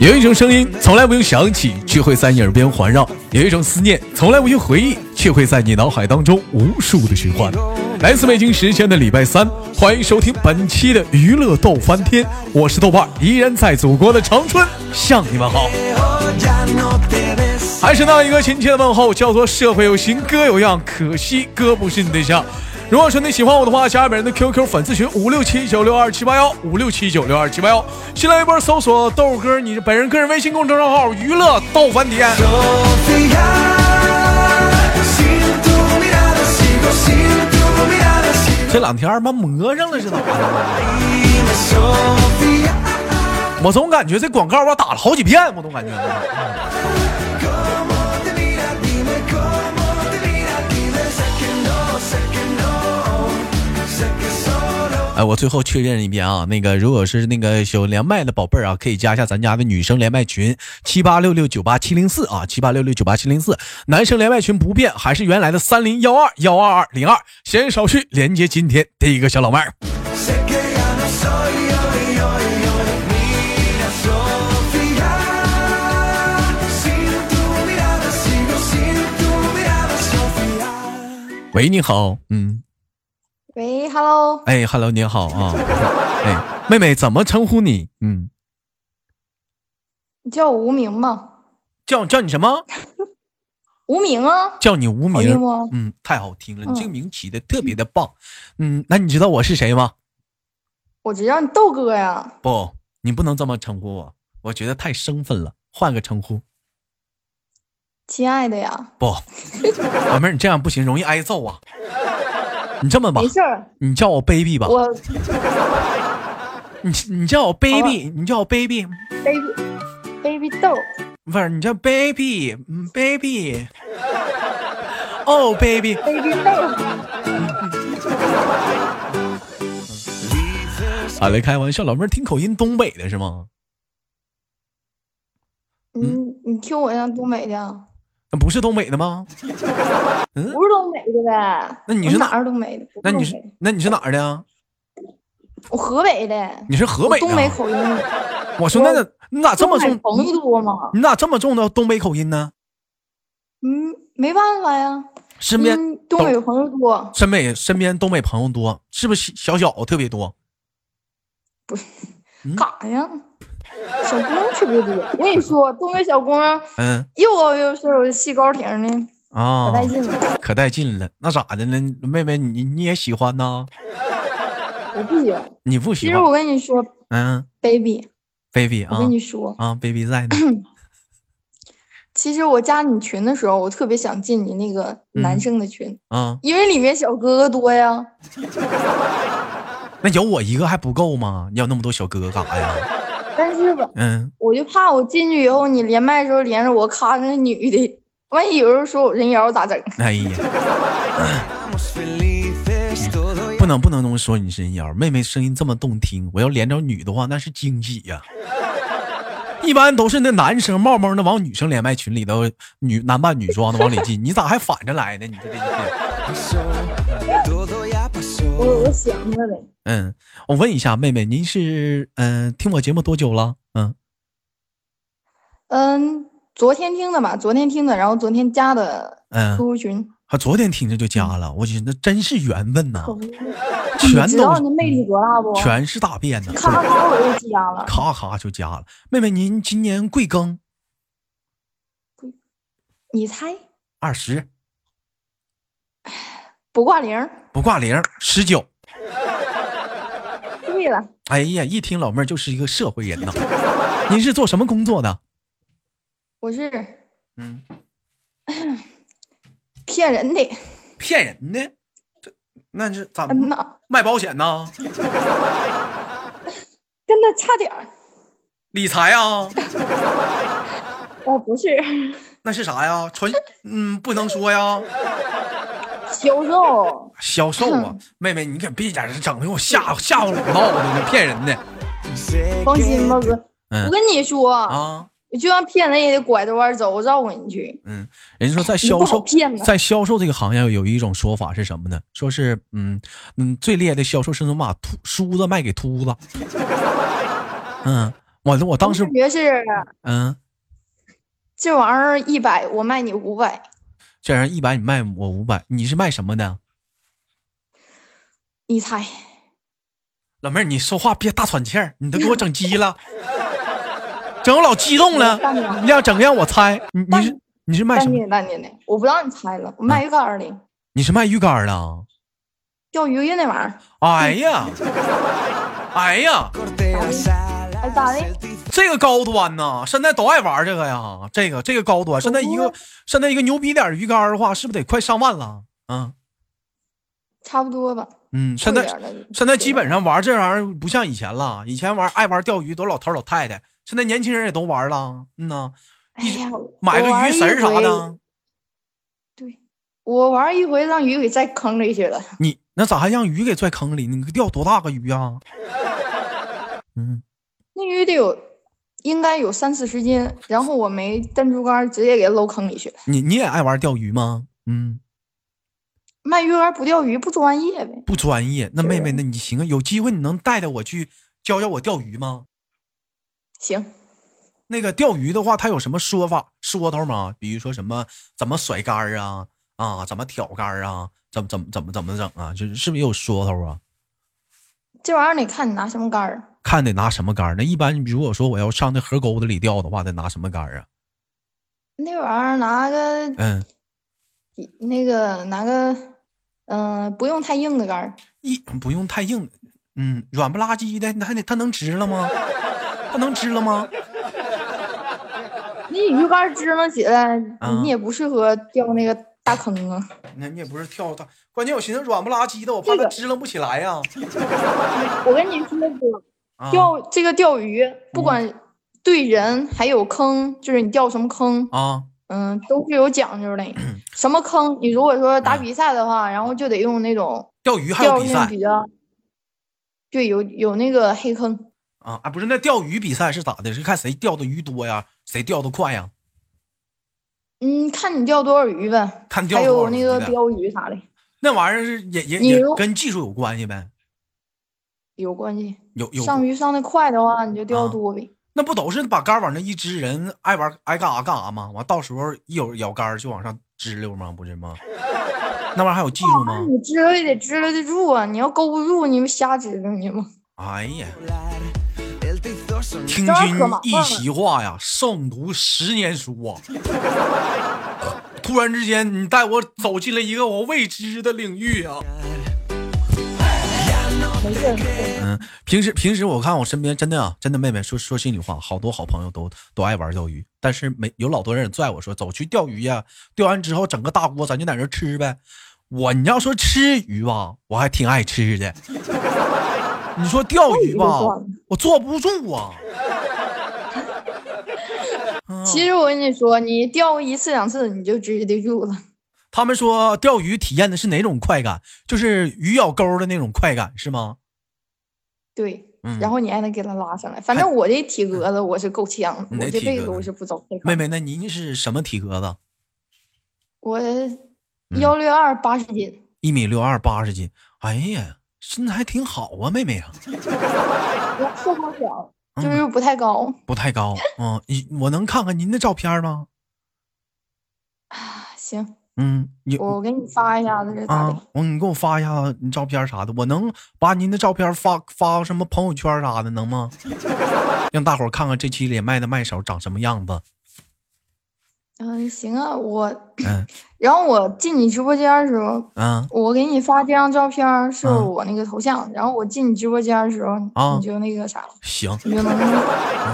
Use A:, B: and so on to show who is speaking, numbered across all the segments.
A: 有一种声音从来不用想起，却会在你耳边环绕；有一种思念从来不用回忆，却会在你脑海当中无数的循环。来自北京时间的礼拜三，欢迎收听本期的娱乐逗翻天，我是豆瓣儿，依然在祖国的长春向你们好。还是那一个亲切的问候，叫做社会有型哥有样，可惜哥不是你对象。如果说你喜欢我的话，加本人的 QQ 粉丝群五六七九六二七八幺五六七九六二七八幺，新浪微博搜索豆哥，你本人个人微信公众号娱乐豆翻天。这两天妈魔怔了似的，我总感觉这广告吧打了好几遍，我总感觉。哎，我最后确认一遍啊，那个如果是那个有连麦的宝贝儿啊，可以加一下咱家的女生连麦群七八六六九八七零四啊，七八六六九八七零四。男生连麦群不变，还是原来的三零幺二幺二二零二。闲言少叙，连接今天第一个小老妹儿。喂，你好，嗯，
B: 喂，Hello，
A: 哎，Hello，你好啊，哎，妹妹怎么称呼你？嗯，
B: 你叫我无名吧？
A: 叫叫你什么？
B: 无名啊，
A: 叫你无
B: 好听
A: 名
B: 不，
A: 嗯，太好听了，你这个
B: 嗯
A: 名起的特别的棒，嗯，那你知道我是谁吗？
B: 我只叫你豆哥呀。
A: 不，你不能这么称呼我，我觉得太生分了，换个称呼。
B: 亲爱的呀，
A: 不，老妹儿，你这样不行，容易挨揍啊。你这么吧
B: 没，事儿，
A: 你叫我 baby 吧，
B: 我
A: 你你叫我 baby，你叫我 baby，
B: baby baby 豆，
A: 不是，你叫 baby，嗯，baby，哦，baby，
B: baby 豆，
A: 好嘞，啊开玩笑，老妹儿听口音东北的是吗？
B: 嗯，你听我像东北的，
A: 那不是东北的吗？
B: 不是东北的呗？
A: 那你
B: 我
A: 是
B: 哪
A: 哪
B: 儿东北的？不
A: 那你
B: 东
A: 是
B: 北的
A: 那你是哪儿的呀？
B: 我河北的，
A: 你是河
B: 我
A: 北的啊？
B: 东北口音，
A: 我说那个你咋这么
B: 东北
A: 重？
B: 朋友多吗？
A: 你咋这么重的东北口音呢？
B: 嗯，没办法呀，
A: 身边、
B: 嗯东北朋友多，
A: 身北身边东北朋友多，是不是小小子特别多？嗯
B: 干啥呀？小姑娘特别多，我跟你说，东北小姑娘
A: 嗯
B: 又高又瘦，细高挺的，
A: 啊，
B: 可带劲了。
A: 可带劲了。那咋的呢？妹妹，你你也喜欢呐？
B: 我不行。
A: 你不
B: 其
A: 喜
B: 实
A: 欢？
B: 我跟你说
A: 嗯
B: ，baby，
A: ，baby
B: 我
A: 啊
B: 跟你说，
A: 啊，baby 在呢。
B: 其实我加你群的时候，我特别想进你那个
A: 嗯
B: 男生的群，
A: 啊，
B: 因为里面小哥哥多呀。
A: 那有我一个还不够吗？你要那么多小哥哥干啥呀？
B: 但是吧，
A: 嗯，
B: 我就怕我进去以后，你连麦的时候连着我，咔那女的，万一有人说我人妖 咋整？
A: 哎呀，不能不能这么说你是人妖，妹妹声音这么动听，我要连着女的话那是惊喜呀、一般都是那男生冒冒的往女生连麦群里头女男扮女装的往里进，你咋还反着来呢？你这这一天，
B: 我我想着嘞，
A: 嗯，我问一下妹妹，您是嗯、听我节目多久了？嗯，
B: 嗯，昨天听的吧，昨天听的，然后昨天加的
A: 嗯
B: 客户群，
A: 还昨天听着就加了，我寻思真是缘分呐、
B: 可不是
A: 全
B: 嗯哦你知
A: 都
B: 道
A: 是
B: 那魅力多大不？
A: 全是大便呐、
B: 咔咔我就加了，
A: 咔咔就加了。妹妹，您今年贵庚？
B: 你猜
A: 二十
B: 不挂零儿？
A: 不挂零，十九。
B: 对了，
A: 哎呀，一听老妹儿就是一个社会人 呐。您是做什么工作的？
B: 我是
A: 嗯，
B: 骗人的。
A: 骗人的。这那是咋
B: 嗯呐，
A: 卖保险呐？
B: 跟他差点儿。
A: 理财啊？
B: 哦，不是，
A: 那是啥呀？传嗯，不能说呀。
B: 销售。
A: 销售啊，妹妹，你可别在这整的，给我吓吓唬我脑袋，你骗人的。
B: 放心吧，哥，我
A: 嗯
B: 跟你说，
A: 啊，
B: 你就算骗人也得拐着弯儿走，绕过你去。
A: 嗯，人家说在
B: 你
A: 销
B: 不好
A: 售
B: 骗呢
A: 在销售这个行业有一种说法是什么呢？说是嗯嗯，最厉害的销售是能把秃梳子卖给秃子。嗯，我我当时
B: 感觉是
A: 嗯，
B: 这玩意儿一百，我卖你五百，
A: 这人一百你卖我五百，你是卖什么的？
B: 你猜？
A: 老妹儿，你说话别大喘气儿，你都给我整急了，整我老激动了
B: 蛋呢，
A: 你要整让我猜，你你是你是卖什
B: 淡
A: 么？啊
B: 定淡定的，我不让你猜了，我卖鱼竿儿的，
A: 你是卖鱼竿的啊？
B: 钓鱼的那玩意儿。
A: 哎呀，哎呀，
B: 哎咋的？
A: 这个高端呐，现在都爱玩这个呀，这个这个高端，现在一
B: 啊
A: 个现在一个牛逼点儿鱼竿儿的话，是不是得快上万了？啊，
B: 差不多吧。
A: 嗯，现在
B: 贵点儿的
A: 现在基本上玩这玩意儿不像以前了，以前玩爱玩钓鱼都老头儿老太太，现在年轻人也都玩了，嗯呐，
B: 哎呀，
A: 买个
B: 我玩
A: 鱼食儿
B: 一
A: 啥
B: 回
A: 的，
B: 对，我玩一回让鱼给栽坑里去了，
A: 你那咋还让鱼给拽坑里？你钓多大个鱼啊？嗯，
B: 那鱼得有。应该有三四十斤，然后我没弹珠竿儿，直接给它搂坑里去了。
A: 你你也爱玩钓鱼吗？嗯，
B: 卖鱼竿儿不钓鱼，不专业呗。
A: 不专业。那妹妹，那你行啊，有机会你能带带我去教教我钓鱼吗？
B: 行，
A: 那个钓鱼的话，它有什么说法说头吗？比如说什么怎么甩竿儿啊啊，怎么挑竿儿啊，怎么怎么怎么怎么整啊？就是是不是也有说头啊？
B: 这玩意儿得看你拿什么竿儿。啊
A: 看得拿什么竿儿？那一般如果说我要上那河沟子里钓的话，得拿什么竿儿啊？
B: 那玩意儿拿个
A: 嗯，
B: 那个拿个，嗯、不用太硬的杆儿，
A: 一不用太硬，嗯，软不拉几的，那还得它能直了吗？它能直了吗？
B: 那鱼竿儿支棱起来，
A: 啊
B: 你也不适合钓那个大坑啊。
A: 那你也不是跳它，关键我寻思软不拉几的，我怕
B: 这
A: 它
B: 个
A: 支棱不起来呀、
B: 我跟你说哥，
A: 啊。嗯
B: 钓这个钓鱼，不管对人还有坑，就是你钓什么坑，
A: 啊，
B: 嗯，都是有讲究 的。什么坑，你如果说打比赛的话，然后就得用那种
A: 钓鱼嗯还有
B: 钓
A: 比
B: 那
A: 赛
B: 种比较，对，有有那个黑坑，
A: 啊啊，不是那钓鱼比赛是咋的？是看谁钓的鱼多呀，谁钓的快呀？
B: 嗯，看你钓多少鱼呗，
A: 看钓
B: 还
A: 多
B: 有
A: 少
B: 那
A: 鱼
B: 个
A: 的
B: 鲷鱼啥的
A: 那玩意儿是也也
B: 你
A: 也
B: 如
A: 跟技术有关系呗，
B: 有关系。
A: 有有
B: 上鱼上的快的话，你就
A: 啊
B: 钓多呗。
A: 那不都是把杆儿往那一支人，爱玩爱干啥干啥吗？完到时候一有咬杆儿就往上支溜吗？不是吗？那玩意儿还有技术吗？
B: 你支棱也得支棱得住啊！你要勾不住，你不瞎支棱去吗？
A: 哎呀，听
B: 这玩意儿
A: 君
B: 可麻
A: 一
B: 烦了
A: 席话呀，胜读十年书啊！ 突然之间，你带我走进了一个我未知的领域啊！
B: 没事儿，没事
A: 嗯，平时平时我看我身边真的啊，真的妹妹说说心里话，好多好朋友都都爱玩钓鱼，但是没有老多人拽我说走去钓鱼呀、钓完之后整个大锅咱就在那儿吃呗。我你要说吃鱼吧，我还挺爱吃的。 你说钓鱼吧
B: 钓鱼就算了，
A: 我坐不住 啊。嗯
B: 儿。其实我跟你说，你钓一次两次你就支得住了。
A: 他们说钓鱼体验的是哪种快感？就是鱼咬钩的那种快感是吗？
B: 对，
A: 嗯
B: 然后你还能给它拉上来。反正我这体格子我是够呛的，
A: 你那
B: 我这
A: 体
B: 辈
A: 格
B: 子
A: 子
B: 我是不走这
A: 妹
B: 个。
A: 妹，那您是什么体格子？
B: 我
A: 嗯
B: 幺六二八十斤，
A: 一米六二，八十斤。哎呀，身材挺好啊，妹妹啊，
B: 我受不了，
A: 嗯
B: 就是不太高。
A: 不太高。嗯，你我能看看您的照片吗？
B: 行，
A: 嗯，你
B: 我给你发一下子这咋的
A: 啊？，我你给我发一下你照片啥的，我能把您的照片发发什么朋友圈啥的，能吗？ 让大伙儿看看这期连麦的麦手长什么样子。
B: 嗯，行啊，我。
A: 嗯
B: 然后我进你直播间的时候，
A: 嗯，
B: 我给你发这张照片儿是
A: 嗯
B: 我那个头像，然后我进你直播间的时候，
A: 啊
B: 你就那个啥了，
A: 行，
B: 你就能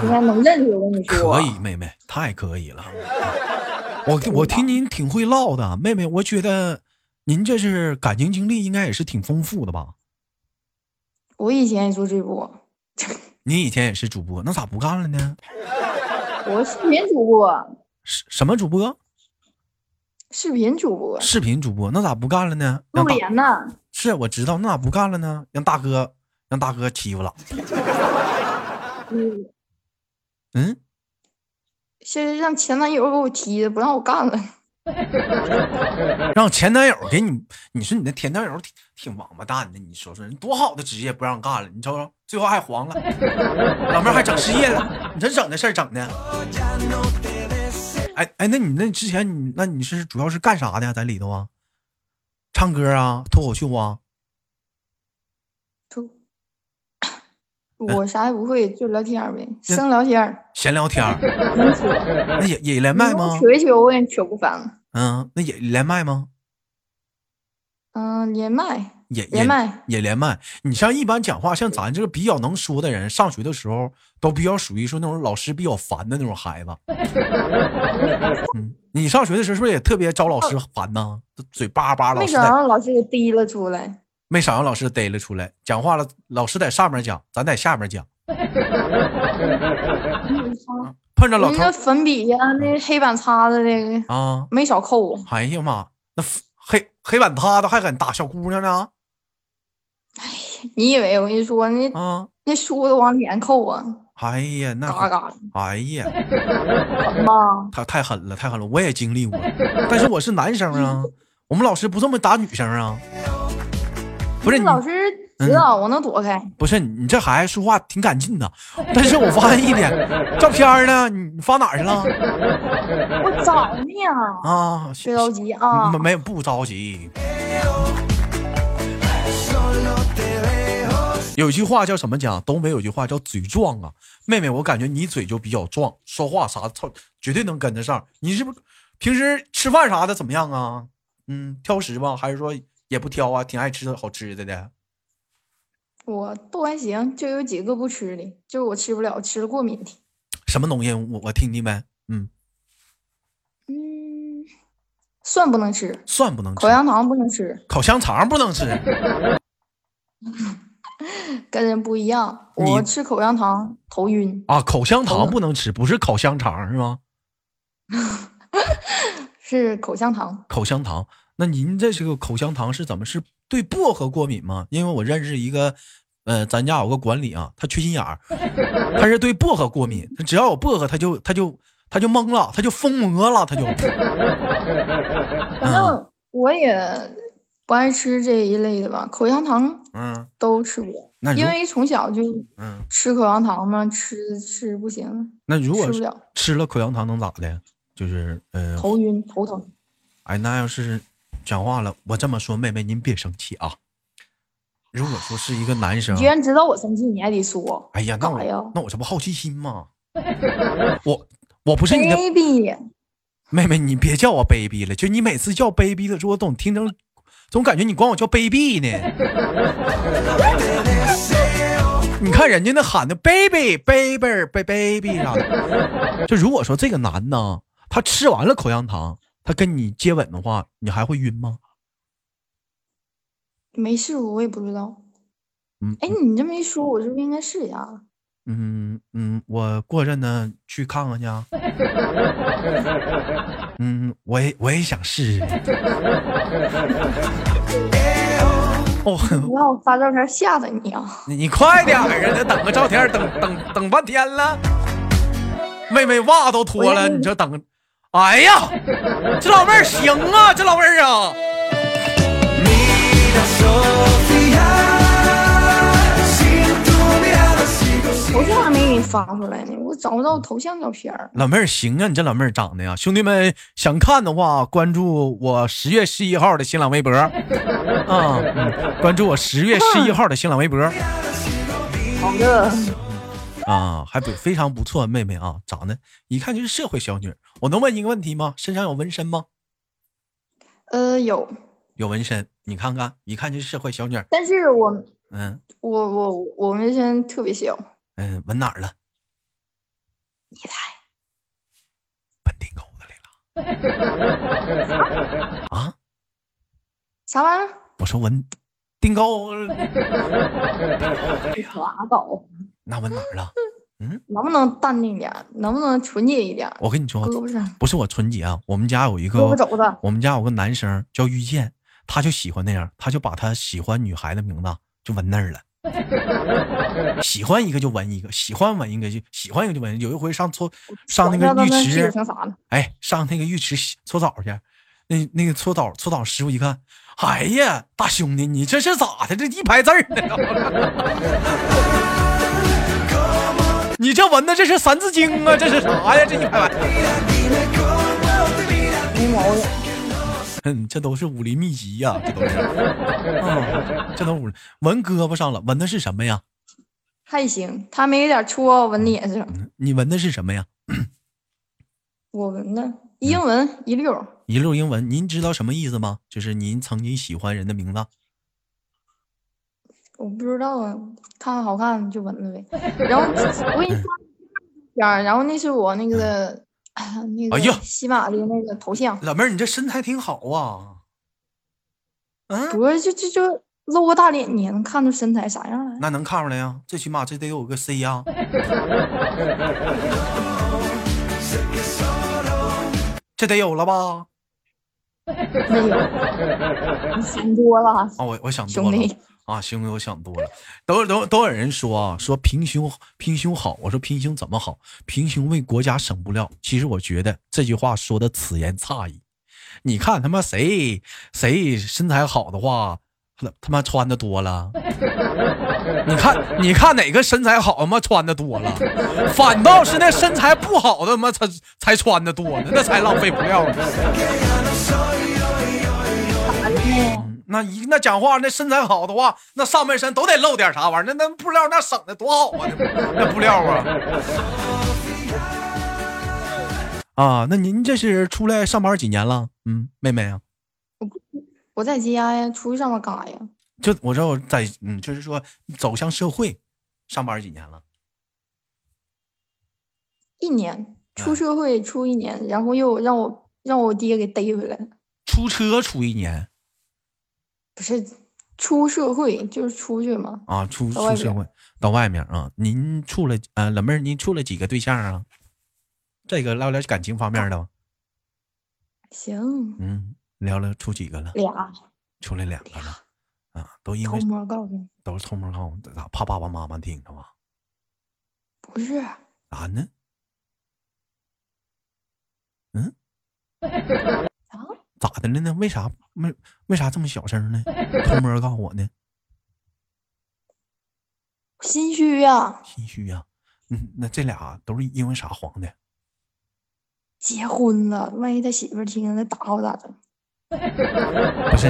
B: 应该能认识我。我跟你说，
A: 可以，妹妹，太可以了。 我我听您挺会唠的，妹妹，我觉得您这是感情经历应该也是挺丰富的吧？
B: 我以前也做直播，
A: 你以前也是主播，那咋不干了呢？
B: 我视频主播，
A: 什什么主播？
B: 视频主播，
A: 视频主播，那咋不干了呢？让
B: 露
A: 大
B: 脸呢，
A: 是我知道，那咋不干了呢？让大哥让大哥欺负了。
B: 嗯，
A: 嗯，
B: 是让前男友给我踢的，不让我干了。
A: 让前男友给你，你说你那前男友挺挺王八蛋的，你说说人多好的职业不让干了，你瞅瞅，最后还黄了，老妹儿还整失业了，你这整这事儿整的。哎哎，那你那之前你那你是主要是干啥的呀、在里头啊？唱歌啊，脱口秀啊？
B: 就我啥也不会，就聊天儿呗，生聊天儿，
A: 闲聊天儿，那也也连麦吗？
B: 扯一扯我也扯不烦。
A: 嗯，那也连麦吗？
B: 嗯，连麦，
A: 也
B: 连麦
A: 也连麦。你像一般讲话，像咱这个比较能说的人，上学的时候都比较属于说那种老师比较烦的那种孩 子。嗯，你上学的时候是不是也特别招老师烦呢？都嘴巴巴，老
B: 没
A: 师
B: 想
A: 在
B: 让老师给提了出来。
A: 没少让老师逮了出来，讲话了，老师在上面讲，咱在下面讲。碰着老
B: 你
A: 头
B: 那粉笔呀、那黑板擦子这个
A: 啊，
B: 没少扣我。
A: 哎呀妈，那黑黑板擦的还敢打小姑娘呢
B: 你以为我跟你说，那、
A: 啊！
B: 那梳子往脸扣啊，
A: 哎呀，那
B: 嘎嘎的，
A: 哎呀。
B: 狠吧？
A: 他太狠了，太狠了，我也经历过，但是我是男生啊，我们老师不这么打女生啊，不是
B: 那
A: 你，嗯
B: 老师知道我能躲开，
A: 不是你，你这孩子说话挺敢劲的，但是我发现一点，照片呢，你你发哪儿去了
B: 我找呢呀，
A: 啊？
B: 别着急啊
A: 没，没有不着急。有句话叫什么讲？东北有句话叫“嘴壮”啊，妹妹，我感觉你嘴就比较壮，说话啥操，绝对能跟得上。你是不是平时吃饭啥的怎么样啊？嗯，挑食吧，还是说也不挑啊？挺爱吃好吃的的。
B: 我都还行，就有几个不吃的，就是我吃不了，吃了过敏的。
A: 什么东西？我我听听呗。嗯，
B: 嗯，蒜不能吃，
A: 蒜不能吃
B: 口，香糖不能吃，
A: 烤香肠不 能吃。
B: 跟人不一样。
A: 你
B: 我吃口香糖头晕，
A: 啊，口香
B: 头
A: 糖
B: 疼
A: 不能吃，不是烤香肠是吗？
B: 是口香糖。
A: 口香糖。那您这是个口香糖是怎么是对薄荷过敏吗？因为我认识一个，呃，咱家有个管理啊，他缺心眼儿，他是对薄荷过敏，他只要有薄荷他就他就他就懵了，他就疯魔了，他就嗯
B: 反正我也不爱吃这一类的吧，口香糖
A: 嗯
B: 都吃过
A: 那，如
B: 因为从小就
A: 嗯。
B: 吃口香糖嘛，吃吃不行，
A: 那如果
B: 吃不
A: 是
B: 了，
A: 吃了口香糖能咋的？就是嗯、呃，
B: 头晕头疼。
A: 哎，那要是讲话了，我这么说，妹妹您别生气啊。如果说是一个男生
B: 你居，然知道我生气，你还得说
A: 哎呀，那
B: 干啥呀
A: 我那我这不好奇心吗？我我不是你的
B: ，baby，
A: 妹妹，你别叫我 baby 了，就你每次叫 baby 的时候，我总听成，总感觉你管我叫 baby 呢。你看人家那喊的 baby baby baby baby 啥的，就如果说这个男呢，他吃完了口香糖，他跟你接吻的话，你还会晕吗？
B: 没试过，我也不知道。
A: 嗯
B: 哎，你这么一说，我是不是应该试一下？啊
A: 嗯嗯，我过阵子去看看去啊。嗯，我也我也想试试。哦，
B: 不要我发照片吓着你啊！
A: 你你快点儿啊！这等个照片儿， 等等等半天了。妹妹袜都脱了，你这等，哎呀，这老妹儿行啊，这老妹儿啊，
C: Mira Sofía, cintureada sigo
B: 头像还没给你发出来呢，我找不到头像照片儿。
A: 老妹儿行啊，你这老妹儿长得呀，兄弟们想看的话，关注我十月十一号的新浪 微博，啊、嗯，关注我十月十一号的新浪微博。
B: 好的，
A: 啊，还不非常不错，妹妹啊，长得一看就是社会小女儿。我能问一个问题吗？身上有纹身吗？
B: 呃，有，
A: 有纹身，你看看，一看就是社会小女儿。
B: 但是我
A: 嗯
B: 我我我纹身特别小，
A: 嗯、呃纹哪儿了？
B: 你猜？
A: 纹腚沟子里 了。啊，
B: 啥玩意儿？
A: 我说纹腚沟，
B: 拉倒，
A: 那纹哪儿了？
B: 能不能淡定点儿？能不能纯洁一点儿？
A: 我跟你说
B: 胳，膊上，
A: 不是我纯洁啊，我们家有一
B: 胳
A: 个
B: 膊，肘子，
A: 我们家有个男生叫遇见，他就喜欢那样，他就把他喜欢女孩的名字就纹那儿了。喜欢一个就纹一个，喜欢纹一个就喜欢一个就纹。有一回上搓上那
B: 我知道
A: 个浴
B: 那是
A: 池，
B: 成啥了？
A: 哎，上那个浴池洗搓澡去，那那个搓澡搓澡师傅一看，哎呀，大兄弟，你这是咋的？这一排字儿呢？ 你这纹的这是《三字经》啊，这是啥呀？这一排排，
B: 没毛病。
A: 嗯， 这都是武林秘籍呀、这都是，嗯， 这都武纹胳膊上了，纹的是什么呀？
B: 还行，他没点戳纹脸上，
A: 你纹的是什么呀？
B: 我纹的英文一溜儿，
A: 一溜英文，您知道什么意思吗？就是您曾经喜欢人的名字。
B: 我不知道啊，看好看就纹了呗。然后我给你发片儿，然后那是我那个、那
A: 哎
B: 个
A: 呀
B: 喜马的那个头像，
A: 老妹儿，你这身材挺好啊。嗯，
B: 不是就就就露个大脸，你也能看出身材啥样来。
A: 那能看出来呀，最起码这得有个 C 呀、 这得有了吧？
B: 没有， 你想多了，
A: 啊，我我想多
B: 兄
A: 了
B: 弟。
A: 啊，兄弟，我想多了。都都都有人说啊，说平胸平胸好，我说平胸怎么好？平胸为国家省布料。其实我觉得这句话说的此言差矣。你看他妈谁谁身材好的话，他他妈穿的多了。 你看你看哪个身材好他妈穿的多了，反倒是那身材不好的他妈才才穿的多呢，那才浪费布料呢。嗯那一那讲话，那身材好的话，那上半身都得露点啥玩意儿。那那布料那省的多好啊，那那布料啊。啊，那您这是出来上班几年了？嗯，妹妹啊，
B: 我在家呀，出去上班干啥呀？
A: 就我知道我在嗯，就是说走向社会，上班几年了？
B: 一年
A: 啊
B: 出社会出一年，然后又让我让我爹给逮回来了，
A: 出车出一年
B: 不是出社会就是出去嘛，
A: 啊，出
B: 到
A: 出
B: 外
A: 社
B: 边
A: 会到外面啊。您处了啊，老妹儿，您处了几个对象啊？这个聊聊感情方面的吧。
B: 行，
A: 嗯，聊聊处几个了？
B: 俩
A: 出来两个了啊，都因
B: 偷
A: 为
B: 摸告诉你，
A: 都是偷摸看我，咋怕爸爸妈妈听着吧？
B: 不是
A: 咋呢？
B: 啊，
A: 嗯咋的了呢？为啥为为啥这么小声呢？偷摸告诉我呢？
B: 心虚啊呀、
A: 心虚呀、嗯，那这俩都是因为啥黄的？
B: 结婚了，万一他媳妇儿听了打我咋整？
A: 不是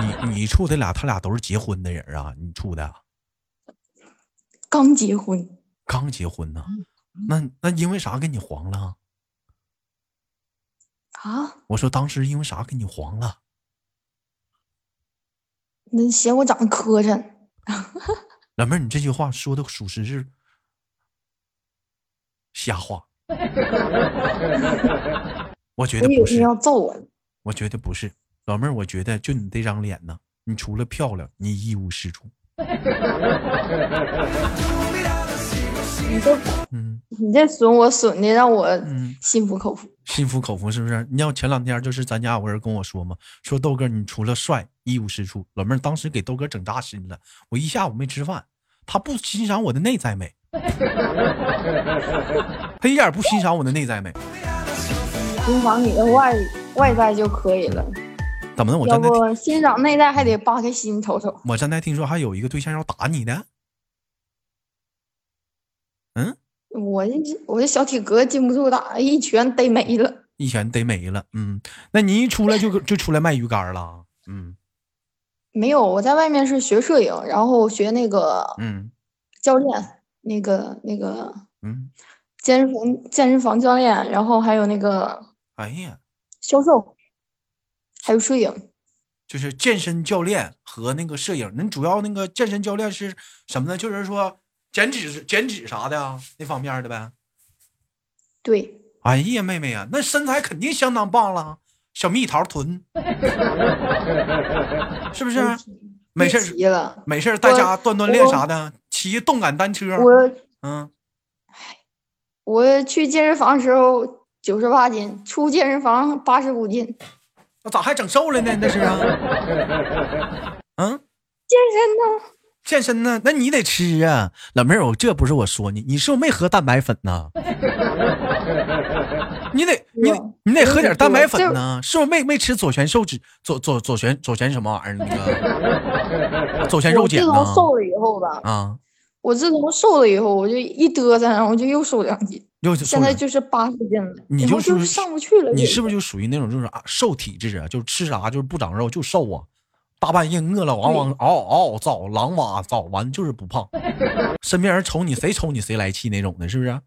A: 你你你处的俩，他俩都是结婚的人啊？你处的啊
B: 刚结婚，
A: 刚结婚呢、那那因为啥跟你黄了？
B: 啊，
A: 我说当时因为啥跟你黄了？
B: 那嫌我长得磕碜，
A: 老妹儿，你这句话说的属实是瞎话。我觉
B: 我
A: 得
B: 以
A: 不
B: 为他
A: 是，
B: 要揍我呢。
A: 我觉得不是。老妹儿，我觉得就你这张脸呢，你除了漂亮，你一无是处。
B: 你这
A: 嗯
B: 你这损我损的，让我
A: 嗯，
B: 心服口服。
A: 心服口服是不是？你要前两天就是咱家有人跟我说嘛，说豆哥你除了帅一无是处。老妹儿当时给豆哥整扎心了，我一下午没吃饭。他不欣赏我的内在美， 他一点儿不欣赏我的内在美。
B: 欣赏你的外外在就可以了，
A: 怎么的？我
B: 要
A: 站在听
B: 不欣赏内在还得扒开心瞅瞅。
A: 我刚才听说还有一个对象要打你呢。嗯，
B: 我这我这小体格经不住打，一拳逮没了。
A: 一拳逮没了。嗯，那你一出来就就出来卖鱼竿了。嗯
B: 没有，我在外面是学摄影，然后学那个
A: 嗯
B: 教练，那个那个
A: 嗯，
B: 健身房健身房教练，然后还有那个
A: 哎呀，
B: 销售，还有摄影。
A: 就是健身教练和那个摄影，您主要那个健身教练是什么呢？就是说减脂减脂啥的啊，那方面的呗。
B: 对，
A: 哎呀，妹妹呀、那身材肯定相当棒了，小蜜桃臀， 是不是？啊
B: 嗯
A: 没事儿
B: 急了，
A: 没事儿，在家锻锻炼啥的，骑动感单车。
B: 我
A: 嗯。
B: 我去健身房的时候九十八斤，出健身房八十五斤。健
A: 那咋还整瘦了呢？那是啊，嗯，
B: 身呢？
A: 健身呢？那你得吃啊， 老妹儿，我这不是我说你，你是不是没喝蛋白粉呢？你得你得你得喝点蛋白粉呢，是不是没没吃左旋瘦脂左左左旋左旋什么玩意儿那个 左旋肉
B: 我自
A: 碱呢
B: 从？瘦了以后吧，
A: 啊，
B: 我自从瘦了以后，我就一嘚瑟，然后就又瘦两斤，
A: 又
B: 现在就是八十斤了，
A: 你
B: 以后
A: 就是
B: 就是上不去了。
A: 你是不是就属于那种就是啊瘦体质啊？就是吃啥就是不长肉就瘦啊，大半夜饿了往往嗷嗷嗷嗷造狼哇造，完就是不胖。身边人瞅你谁瞅你谁来气那种的，是不啊是？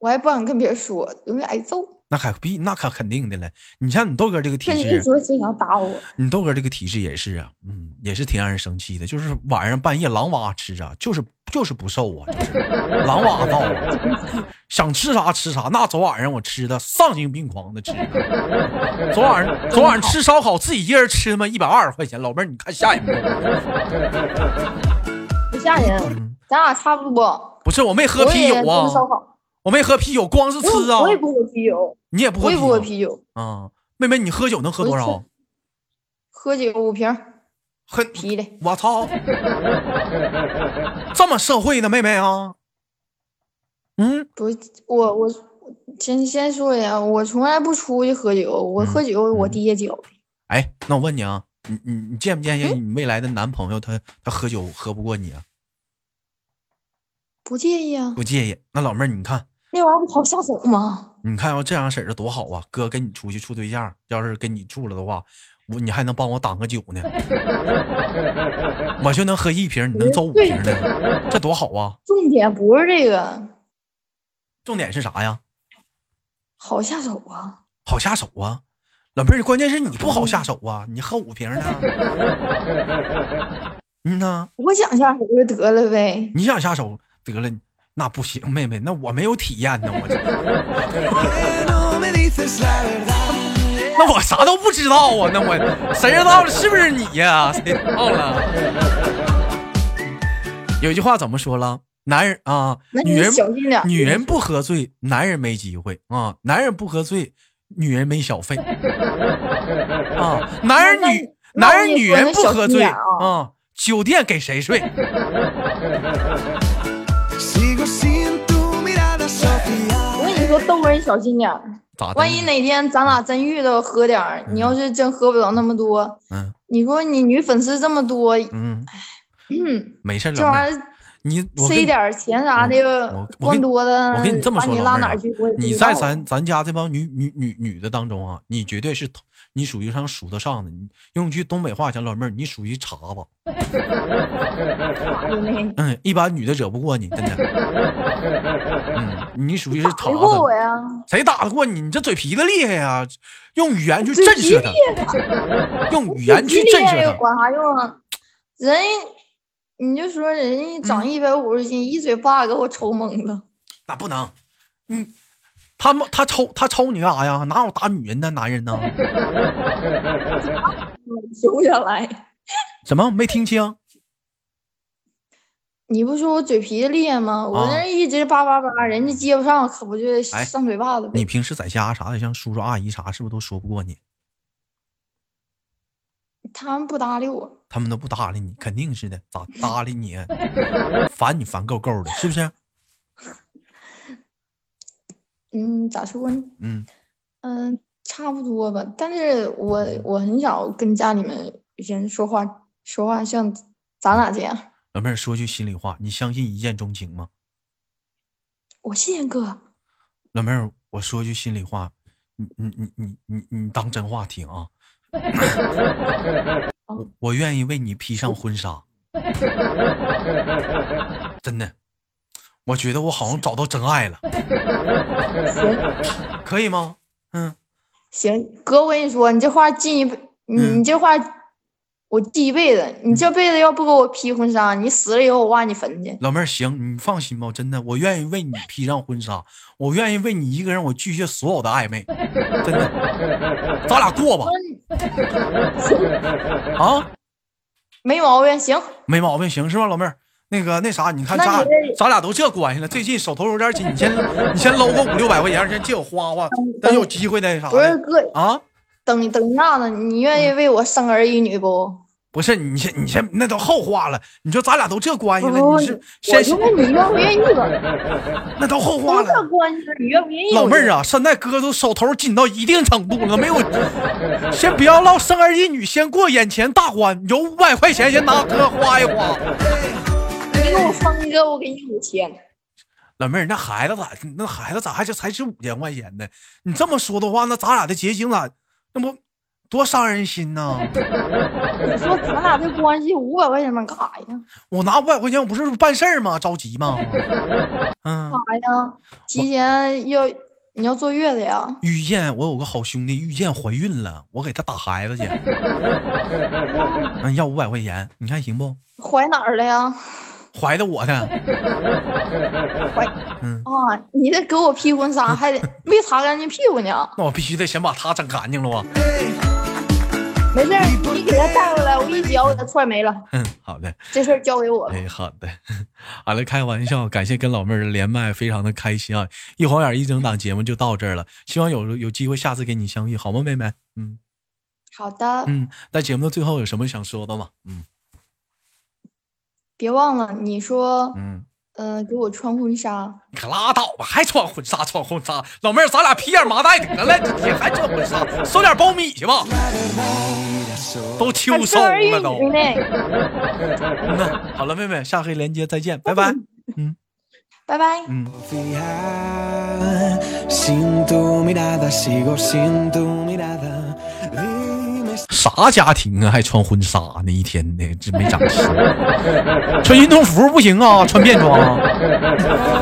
B: 我还不敢跟别人说，容易挨揍。
A: 那可必那可肯定的了。你像你豆哥这个体
B: 看你一
A: 质，啊
B: 说就想打我，
A: 你豆哥这个体质也是啊，嗯，也是挺让人生气的。就是晚上半夜狼哇吃啊，就是就是不瘦啊， 就是狼哇造啊，想吃啥吃啥。那昨晚上我吃的丧心病狂的吃，昨晚上昨晚上吃烧烤自己一个人吃嘛，一百二十块钱。老妹儿，你看吓人不？
B: 不吓人，咱俩差不多。
A: 不是，我没嗯喝
B: 我
A: 啤
B: 也
A: 酒
B: 不
A: 啊
B: 是，烧烤，
A: 我没喝啤酒，光是吃
B: 我也
A: 啊
B: 我，也不喝啤酒，
A: 你也不
B: 我也不喝
A: 喝酒
B: 啤酒，
A: 啊？妹妹，你喝酒能喝多
B: 我
A: 少啊
B: 是？喝酒五瓶儿
A: 喝
B: 啤的。
A: 我操，这么社会呢，妹妹啊？嗯，
B: 不是，我我先先说一下，我从来不出去喝酒，我喝酒我
A: 嗯
B: 爹教的。
A: 哎，那我问你啊，你你你介不介意你未来的男朋友他他喝酒喝不过你啊？
B: 不介意啊
A: 不，介意。那老妹儿，你看
B: 那玩意儿不好下手吗？
A: 你看要这样式儿的多好啊！哥跟你出去处对象，要是跟你处了的话，我你还能帮我挡个酒呢，我就能喝一瓶，你能走五瓶呢，这多好啊！
B: 重点不是这个，
A: 重点是啥呀？
B: 好下手啊。
A: 好下手啊！老妹儿，关键是你不好下手啊！你喝五瓶呢？ 嗯呐，
B: 我想下手就得了呗。
A: 你想下手得了，那不行，妹妹，那我没有体验呢，我这
C: No me dices la verdad.
A: 那我啥都不知道啊，那我谁知道是不是你呀、谁知道了？ 有句话怎么说了？男人啊，
B: 那
A: 女
B: 你
A: 人
B: 小心点儿。
A: 女人不喝醉，男人没机会啊；男人不喝醉，女人没 小费啊；男人女
B: 那
A: 男
B: 那
A: 人
B: 那我也
A: 女
B: 说
A: 人
B: 那
A: 不
B: 小
A: 喝
B: 心
A: 醉
B: 点儿啊
A: 啊，酒店给谁睡？
C: Sigo sin tu mirada, Sofía.
B: 我跟你说，豆哥你小心
A: 啊
B: 点儿，
A: 咋的？
B: 万一哪天咱俩真遇到喝点儿，你要是真喝不了那么多，
A: 嗯
B: 你说你女粉丝这么多，
A: 嗯，
B: 嗯，
A: 没事儿，
B: 这
A: 老妹儿
B: 玩意儿
A: 你我跟
B: 塞
A: 你
B: 点儿钱啥
A: 我
B: 的，
A: 我跟
B: 灌多了，
A: 我跟你这么说，
B: 把你
A: 老
B: 拉
A: 妹
B: 哪
A: 儿啊
B: 儿去？我也不
A: 你
B: 知
A: 在
B: 道
A: 咱咱家这帮女女女女的当中啊，你绝对是头你属于上数得上的。你用句东北话讲，老妹儿，你属于茶吧？
B: 哪里没
A: 嗯，一般女的惹不过你，真的。嗯，你属于是茶
B: 打得过
A: 子
B: 我。呀？
A: 谁打得过你？你这嘴皮子厉害呀、用语言去
B: 嘴
A: 震
B: 皮
A: 慑
B: 厉
A: 他， 用语言去
B: 你
A: 震
B: 厉害
A: 慑他。
B: 管啥用啊？人，你就说人家
A: 嗯
B: 长一百五十斤，一嘴巴给我抽懵了。
A: 那不能，嗯，他们他抽他抽你干啥呀？哪有打女人的男人呢？
B: 停不下来。
A: 什么没听清？
B: 你不说我嘴皮子厉害吗？我
A: 啊
B: 那一直叭叭叭，人家接不上，可不就
A: 哎
B: 上嘴巴子呗？
A: 你平时在家啥的，像叔叔阿姨啥，是不是都说不过你？
B: 他们不搭理我，
A: 他们都不搭理你，肯定是的，咋搭理你啊？ 烦你烦够够的，是啊不是？
B: 嗯，咋说呢？
A: 嗯，
B: 嗯，差不多吧。但是我我很少跟家里面人说话，说话像咱俩这样。
A: 老妹儿说句心里话，你相信一见钟情吗？
B: 我信哥，
A: 老妹儿，我说句心里话，你你你你你你当真话听啊！我我愿意为你披上婚纱， 真的，我觉得我好像找到真爱了，
B: 行
A: 可以吗？嗯，
B: 行，哥，我跟你说，你这话进一辈，你
A: 嗯
B: 你这话我记一辈子。你这辈子要不给我披婚纱，你死了以后我挖你坟去。
A: 老妹儿，行，你放心吧，我真的，我愿意为你披上婚纱，我愿意为你一个人，我拒绝所有的暧昧，真的，咱俩过吧，啊，
B: 没毛病，行，
A: 没毛病，行是吧，老妹儿？那个那啥，你看
B: 那
A: 咱俩
B: 你这
A: 咱俩都这关系了，最近手头有点紧，你先你先搂个五六百块钱，先借我花花，等有机会那啥
B: 不是
A: 的
B: 哥，
A: 啊。嗯
B: 等等那呢？你愿意为我生儿育女不？
A: 不是你先你先那都后话了，你说咱俩都这关系了，
B: 不
A: 你
B: 是
A: 是先
B: 我就问你愿不愿意 了，
A: 那都后话
D: 都
A: 了
D: 这。关系了，你愿不愿意？
A: 老妹儿，啊，现在哥都手头紧到一定程度了，没 有，先不要唠生儿育女，先过眼前大关，有五百块钱先拿哥花一花。
B: 你给我分一个，我给你五千。
A: 老妹儿，那孩子咋那孩子咋还就才值五千块钱呢？你这么说的话，那咱俩的结晶咋那不多伤人心呢？
B: 你说咱俩这关系五百块钱能干啥呀？
A: 我拿五百块钱，我不是办事儿吗？着急吗？嗯
B: 干，啥呀？提前要你要坐月子呀？
A: 遇见我有个好兄弟，遇见怀孕了，我给他打孩子去，嗯，要五百块钱，你看行不？
B: 怀哪儿了呀？
A: 怀的我呢，
B: 怀
A: 嗯
B: 啊！你这给我披婚纱还得没擦干净屁股呢。
A: 那我必须得先把他整干净了啊吧？
D: 没事儿，你给他带回来，我一脚给他踹没了。
A: 嗯，好的。
B: 这事儿交给我了。
A: 哎，好的，好了，开玩笑，感谢跟老妹儿的连麦，非常的开心啊！一晃眼一整档节目就到这儿了，希望有有机会下次跟你相遇，好吗，妹妹？嗯
B: 好的，
A: 嗯，在节目的最后有什么想说的吗？嗯
B: 别忘了你说，
A: 嗯，
B: 嗯、给我穿婚纱。
A: 你可拉倒吧，还穿婚纱穿婚纱，老妹儿，咱俩披眼麻袋得了，这天还穿婚纱，收点苞米去吧，都秋收
D: 生儿育
A: 了都。
D: 女呢？
A: 嗯呐好了，妹妹，下回连接再见，拜拜。
B: 拜拜。
A: 嗯。
C: Fijar, sin tu mirada, sigo sin tu mirada. Dime
A: 啥家庭啊，还穿婚纱呢？一天的这没长心。穿运动服不行啊，穿便装啊。
C: si